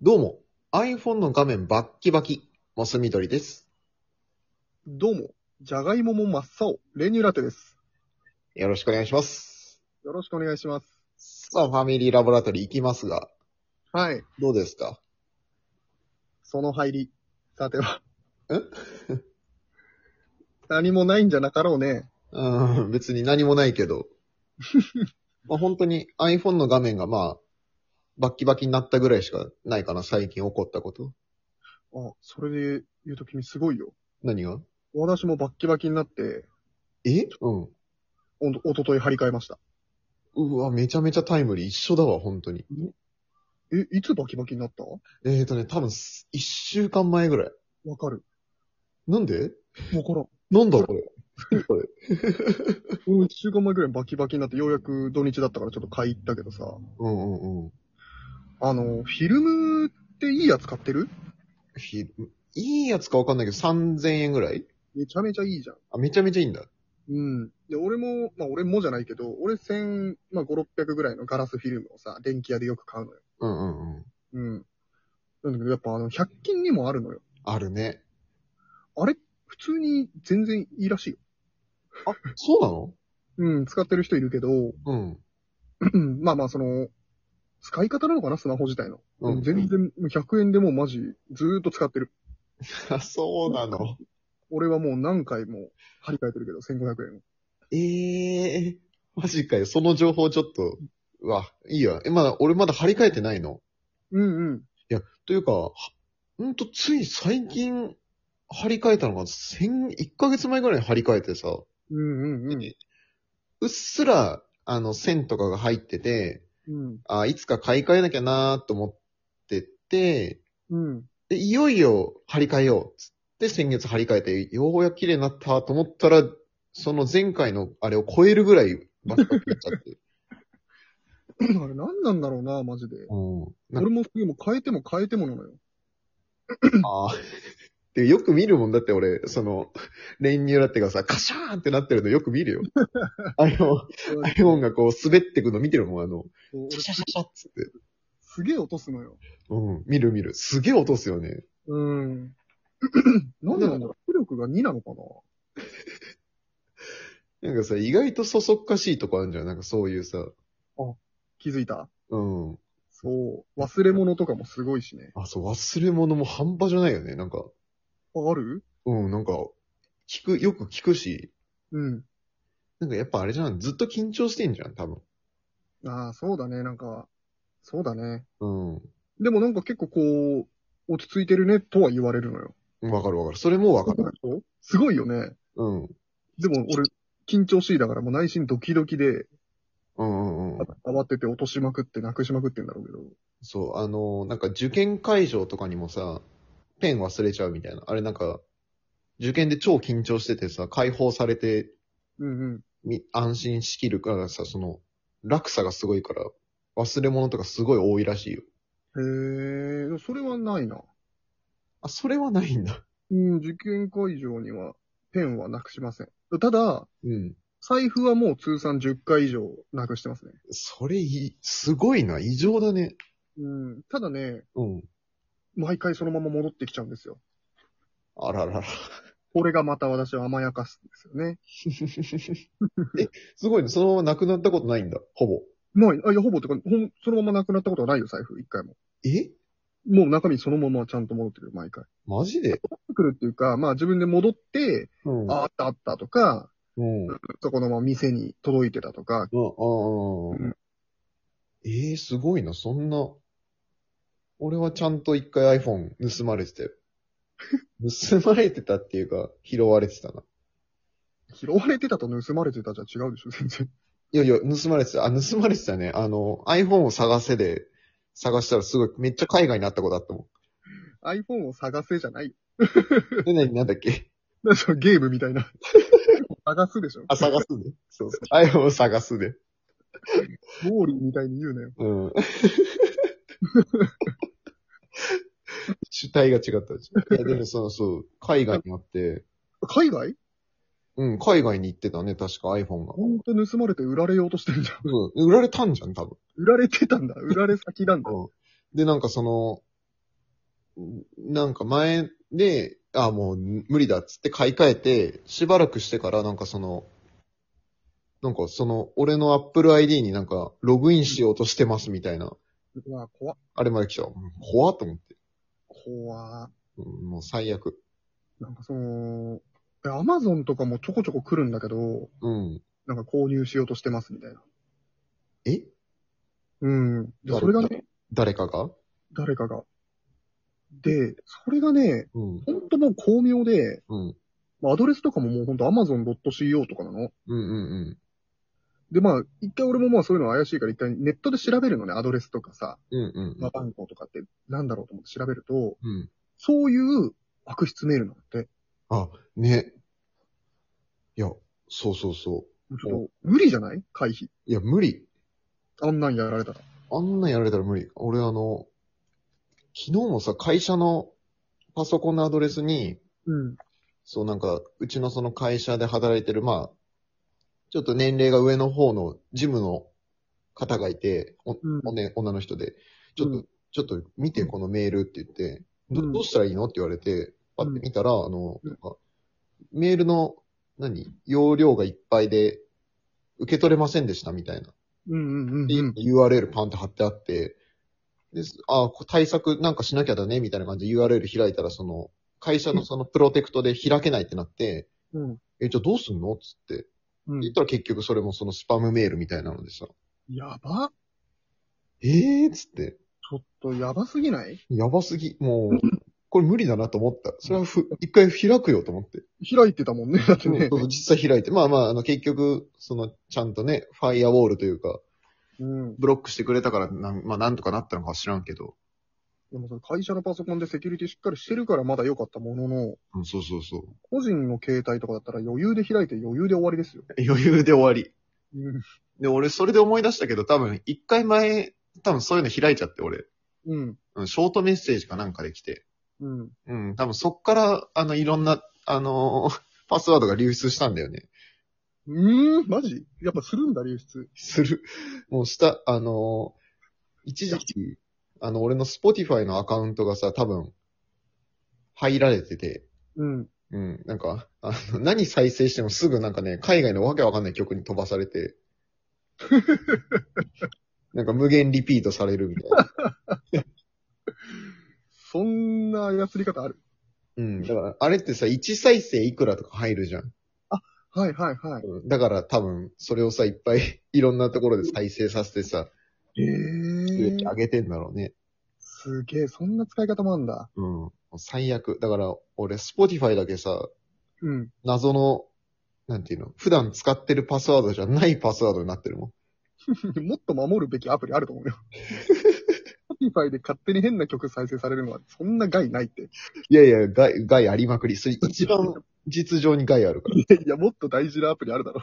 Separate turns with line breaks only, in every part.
どうも、iPhone の画面バッキバキ、モスみどりです。
どうも、じゃがいもも真っ青、練乳ラテです。
よろしくお願いします。
よろしくお願いします。
さあ、ファミリーラボラトリー行きますが、
はい、
どうですか
その入り。さては。
え
何もないんじゃなかろうね。
うーん、別に何もないけど。 まあ本当に iPhone の画面がまあ、バッキバキになったぐらいしかないかな、最近起こったこと。
あ、それで言うと君すごいよ。
何が
私もバッキバキになって、
えうん。
おんおととい張り替えました。
うわ、めちゃめちゃタイムリー一緒だわ、本当に。
え、いつバキバキになったわ
えーとね、多分す、一週間前ぐらい。
かる。
なんで
わからん。
なんだこれ。 これ。
うん、一週間前ぐらいにバキバキになって、ようやく土日だったからちょっと買い行ったけどさ。
うんうんうん。
あの、フィルムっていいやつ買ってる
ひ、いいやつかわかんないけど、3000円ぐらい
めちゃめちゃいいじゃん。
あ、めちゃめちゃいいんだ。
うん。で、俺も、まあ俺もじゃないけど、俺千、まあ5、600ぐらいのガラスフィルムをさ、電気屋でよく買うのよ。
うんうんうん。
うん。なんだけど、やっぱあの、100均にもあるのよ。
あるね。
あれ普通に全然いいらしいよ。
そうなの
うん、使ってる人いるけど、
うん。
うんまあまあその、使い方なのかなスマホ自体の。
うん。
全然、100円でもうマジ、ずーっと使ってる。
あそうなの。
俺はもう何回も張り替えてるけど、1500円を。
ええー、マジかよ。その情報ちょっと、うわ、いいや。え、まだ、俺まだ張り替えてないの。
うんうん。
というか、はほんとつい最近、張り替えたのが、先、1ヶ月前ぐらいに張り替えてさ、
うんうんうん。
うっすら、あの、線とかが入ってて、
うん。
あ、いつか買い替えなきゃなーと思ってて、
うん。
で、いよいよ張り替えようっつって先月張り替えて、ようやく綺麗になったと思ったら、その前回のあれを超えるぐらいバッカになっちゃって。
あれ何なんだろうな、マジで。
うん。なんか
俺も次も変えても変えてもなの よ。
あーでよく見るもんだって俺、その、練乳ラテがさ、カシャーンってなってるのよく見 るよ。あの、アイオンがこう滑ってくの見てるもん、あの、
俺
シャシャシャシャっつって。
すげえ落とすのよ。
うん、見る見る。すげえ音っすよね。
うん。 なんでなんだろう。浮力が2なのかな
なんかさ、意外とそそっかしいとこあるんじゃん。なんかそういうさ、
気づいた
うん。
そう。忘れ物とかもすごいしね。
あ、そう、忘れ物も半端じゃないよね。なんか、
あ、ある
うん、なんか、聞く、よく聞くし、
うん。
なんかやっぱあれじゃん、ずっと緊張してんじゃん、多
ああ、そうだね。なんか、そうだね。
分。
でもなんか結構こう、落ち着いてるねとは言われるのよ。
うん。わかるわかる。それもわかる。
そうすごいよね。
うん。
でも俺、緊張しいだからもう内心ドキドキで、
うんうんうん。
慌てて落としまくってなくしまくってんだろうけど。
そう、あのーなんか受験会場とかにもさ、ペン忘れちゃうみたいな。あれなんか、受験で超緊張しててさ、解放されて、
うんうん。
み安心しきるからさ、その、落差がすごいから、忘れ物とかすごい多いらしいよ。
へえ、それはないな。
あ、それはないんだ。
うん、受験会場にはペンはなくしません。ただ、
うん。
財布はもう通算10回以上なくしてますね。
それい、すごいな。異常だね。
うん、ただね、
うん。
毎回そのまま戻ってきちゃうんですよ。
あららら。
これがまた私を甘やかすんですよね。
え、すごいね。そのままなくなったことないんだ。ほぼ。
ない、あ、いや、ほぼってか、ほん、そのままなくなったことはないよ、財布、一回も。
え
もう中身そのままちゃんと戻ってくる、毎回。
マジで
来るっていうか、まあ自分で戻って、
うん
ああったあったとか、
うん。
そこのまま店に届いてたとか、
うん、ああ。ええー、すごいな。そんな。俺はちゃんと一回 iPhone 盗まれてたよ。盗まれてたっていうか、拾われてたな。
拾われてたと盗まれてたじゃ違うでしょ、全然。
いやいや、盗まれてた。あ、盗まれてたね。あの、iPhone を探せで、探したらすごい、めっちゃ海外になったことあったも
iPhone を探せじゃないよ
ん。で、何なんだっけ
なんかそのゲームみたいな。探すでしょ
あ、探すで。そうそう。iPhone を探すで。
ウォーリーみたいに言うなよ。
うん。主体が違ったでしょ。いや、でもその、そう、海外にあって、
海外
うん、海外に行ってたね、確か iPhone が。
ほんと盗まれて売られようとしてるじゃん。
うん、売られたんじゃん、多分。
売られてたんだ。売られ先なんだ。
うん。で、なんかその、なんか前で、あ、もう無理だっつって買い替えて、しばらくしてからなんかその、なんかその、俺の Apple ID になんか、ログインしようとしてますみたいな、
うわ、怖っ。
あれまで来ちゃう。うん怖っと思って。
怖っ。
うんもう最悪。
なんかその、えアマゾンとかもちょこちょこ来るんだけど、
うん。
なんか購入しようとしてますみたいな。
え
うん。で、
誰
それがね、
誰かが
誰かが。で、それがね、
うん。
ほんともう巧妙で、
うん。
まあアドレスとかももうほんと amazon.co とかなの
うんうん
で、まあ、一回俺もまあそういうの怪しいから一回ネットで調べるのね、アドレスとかさ、
うん。うんうん
まあ番号とかってなんだろうと思って調べると、
うん。うん。
そういう悪質メールなんて、
あ、ね。いや、そうそうそう。
もうちょっと無理じゃない回避。
いや、無理。
あんなんやられたら。
あんなんやられたら無理。俺あの、昨日もさ、会社のパソコンのアドレスに、
うん。
そうなんか、うちのその会社で働いてる、まあ、ちょっと年齢が上の方のジムの方がいて、お
うん
おね、女の人で、ちょっと、
う
ちょっと見てこのメールって言って、
う
ど
ん
どうしたらいいのって言われて、パって見たら、あの、
うん
なんかメールの、何容量がいっぱいで、受け取れませんでしたみたいな。
うんうんうん、うん。
で URL パンって貼ってあって、で、あ、こ対策なんかしなきゃだね、みたいな感じで URL 開いたら、その、会社のそのプロテクトで開けないってなって、
うん。
え、じゃあどうすんのっつって。
うん
言っ。たら結局それもそのスパムメールみたいなのでさ、
やば
えーっつって、
ちょっとやばすぎない
やばすぎ、もう、これ無理だなと思った。それはふ、一回開くよと思って。
開いてたもんね、だっ て
そう
ね。
そう実際開いて。まあまあ、あの、結局、その、ちゃんとね、ファイアウォールというか、
うん。
ブロックしてくれたから、なんまあ、なんとかなったのかは知らんけど。
でもその会社のパソコンでセキュリティしっかりしてるからまだ良かったものの、
うん、そうそうそう。
個人の携帯とかだったら余裕で開いて余裕で終わりですよ。
余裕で終わり。
うん。
で、俺、それで思い出したけど、多分、一回前、多分そういうの開いちゃって、俺。
うん。
うん、ショートメッセージかなんかで来て。
うん。
うん、多分そっから、あの、いろんな、あの ーパスワードが流出したんだよね。
うーん、マジやっぱするんだ、流出。
する。もうした、あのー一時期、あの、俺の Spotify のアカウントがさ、多分、入られてて、
うん。
うん、なんか、あの、何再生してもすぐなんかね、海外のわけわかんない曲に飛ばされて、なんか無限リピートされるみたいな。
そんな操り方ある
うん。だから、あれってさ、1再生いくらとか入るじゃん。
はいはいはい。
うんだから多分、それをさ、いっぱいいろんなところで再生させてさ、
ええ
利益
ー
上。げてんだろうね。
すげえ、そんな使い方もあんだ。
うん。もう最悪。だから、俺、Spotify だけさ、
うん。
謎の、なんていうの、普段使ってるパスワードじゃないパスワードになってるもん。
もっと守るべきアプリあると思う よ。Spotify で勝手に変な曲再生されるのはそんな害ない って。
いやいや、害、害ありまくり。それ一番実情に害あるから。
いやいや、もっと大事なアプリあるだろ。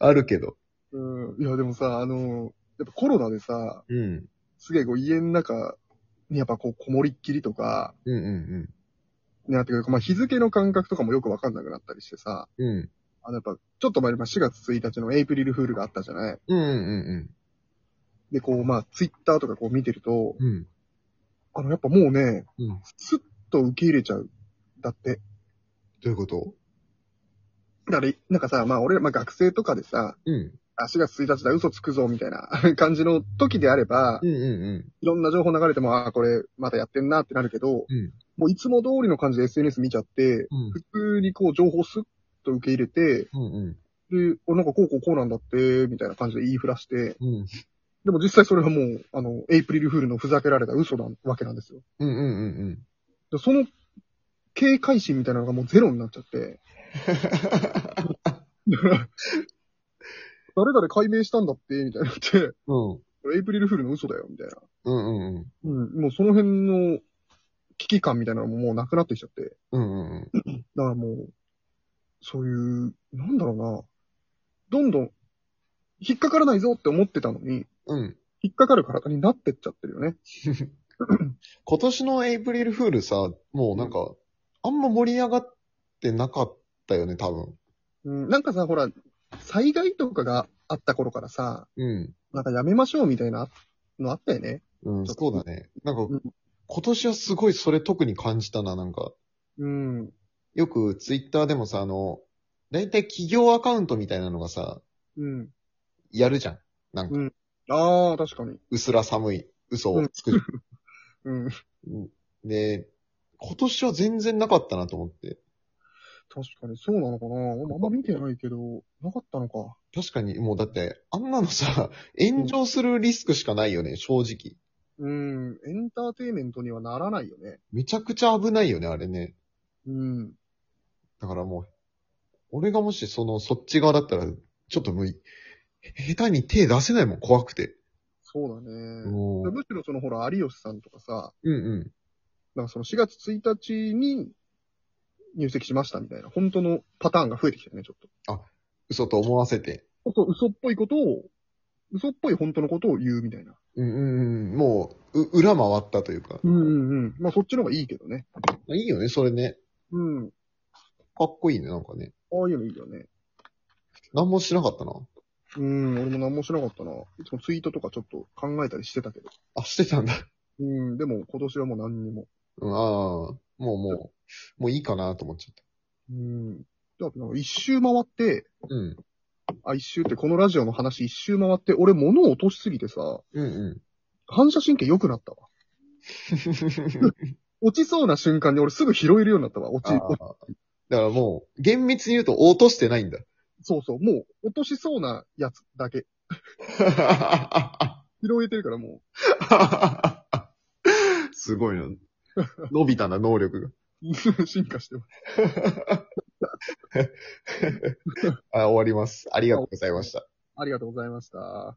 あるけど。
うん。いや、でもさ、あの、やっぱコロナでさ、
うん。
すげえこう家の中にやっぱこうこもりっきりとか、
うんう
ね、てか、まあ日付の感覚とかもよくわかんなくなったりしてさ、
んうん。うん。
あのやっぱちょっと前にまあ4月1日のエイプリルフールがあったじゃない
うんうん
で、こうまあツイッターとかこう見てると、
うん。うん。
あのやっぱもうね、
うん。ど
スッと受け入れちゃう。だって。
ういうこと
だから、なんかさ、まあ俺ら、まあ学生とかでさ、
うん。
あ4月1日だ、嘘つくぞ、みたいな 感じの時であれば
う、んうん
いろんな情報流れても、ああ、これ、またやってんなってなるけど、
うん
もういつも通りの感じで SNS 見ちゃって、
うん。
普通にこう情報スッと受け入れて、
うんうん
で、おなんかこうこうこうなんだって、みたいな感じで言いふらして、
うん。
でも実際それはもう、あの、エイプリルフールのふざけられた嘘なわけなんですよ。
うんうんうんうん。
でその、警戒心みたいなのがもうゼロになっちゃって、誰々解明したんだって、みたいになって、
うん。
これエイプリルフールの嘘だよ、みたいな。
うんうんうん。
うん、もうその辺の危機感みたいなのももうなくなってきちゃって。
うんうんうん。
だからもう、そういう、なんだろうな。どんどん、引っかからないぞって思ってたのに、
うん。
引っかかる体になってっちゃってるよね。
今年のエイプリルフールさ、もうなんか、あんま盛り上がってなかったよね、多分。
うん、なんかさ、ほら、災害とかがあった頃からさ、
うん。
なんかやめましょうみたいなのあったよね。
うん、
ちょっ
そうだね。なんか、
うん
今年はすごいそれ特に感じたな、なんか。
うん。
よくツイッターでもさ、あの、だいたい企業アカウントみたいなのがさ、
うん。
やるじゃん。なんか
う、んああ、確かに。
うすら寒い嘘を作る。
うん。
うんで、今年は全然なかったなと思って。
確かにそうなのかな。俺あんま見てないけど、なかったのか。
確かに、もうだって、あんなのさ、炎上するリスクしかないよね、正直。
うん。エンターテイメントにはならないよね。
めちゃくちゃ危ないよね、あれね。
うん。
だからもう、俺がもしその、そっち側だったら、ちょっともう、下手に手出せないもん、怖くて。
そうだね。
もう
むしろそのほら、有吉さんとかさ、
うんうん。
なんかその4月1日に入籍しましたみたいな、本当のパターンが増えてきたよね、ちょっと。
嘘と思わせて。
そう嘘っぽいことを、嘘っぽい本当のことを言うみたいな。
うんうんうん。もう、う、裏回ったというか。
うんうんうん。まあそっちの方がいいけどね。
まあいいよね、それね。
うん。
かっこいいね、なんかね。
ああいうのいいよね。
なんもしなかったな。
うん、俺も何もしなかったな。いつもツイートとかちょっと考えたりしてたけど。
あ、してたんだ。
うん、でも今年はもう何にも。
うん、ああ、もうもう、もういいかなと思っちゃっ
うん。であとなんか一周回って、
た。うん。
あ、一周ってこのラジオの話一周回って、俺物を落としすぎてさ、
うんう
反射神経良くなったわ。
ん。
落ちそうな瞬間に俺すぐ拾えるようになったわ。落
あ
ち、
あ。だからもう、厳密に言うと落としてないんだ。
そうそう、もう落としそうなやつだけ。拾えてるからも
すごいな。伸びたな、能力が。
う、 進化してます。
あ終わります。ありがとうございました。
ありがとうございました。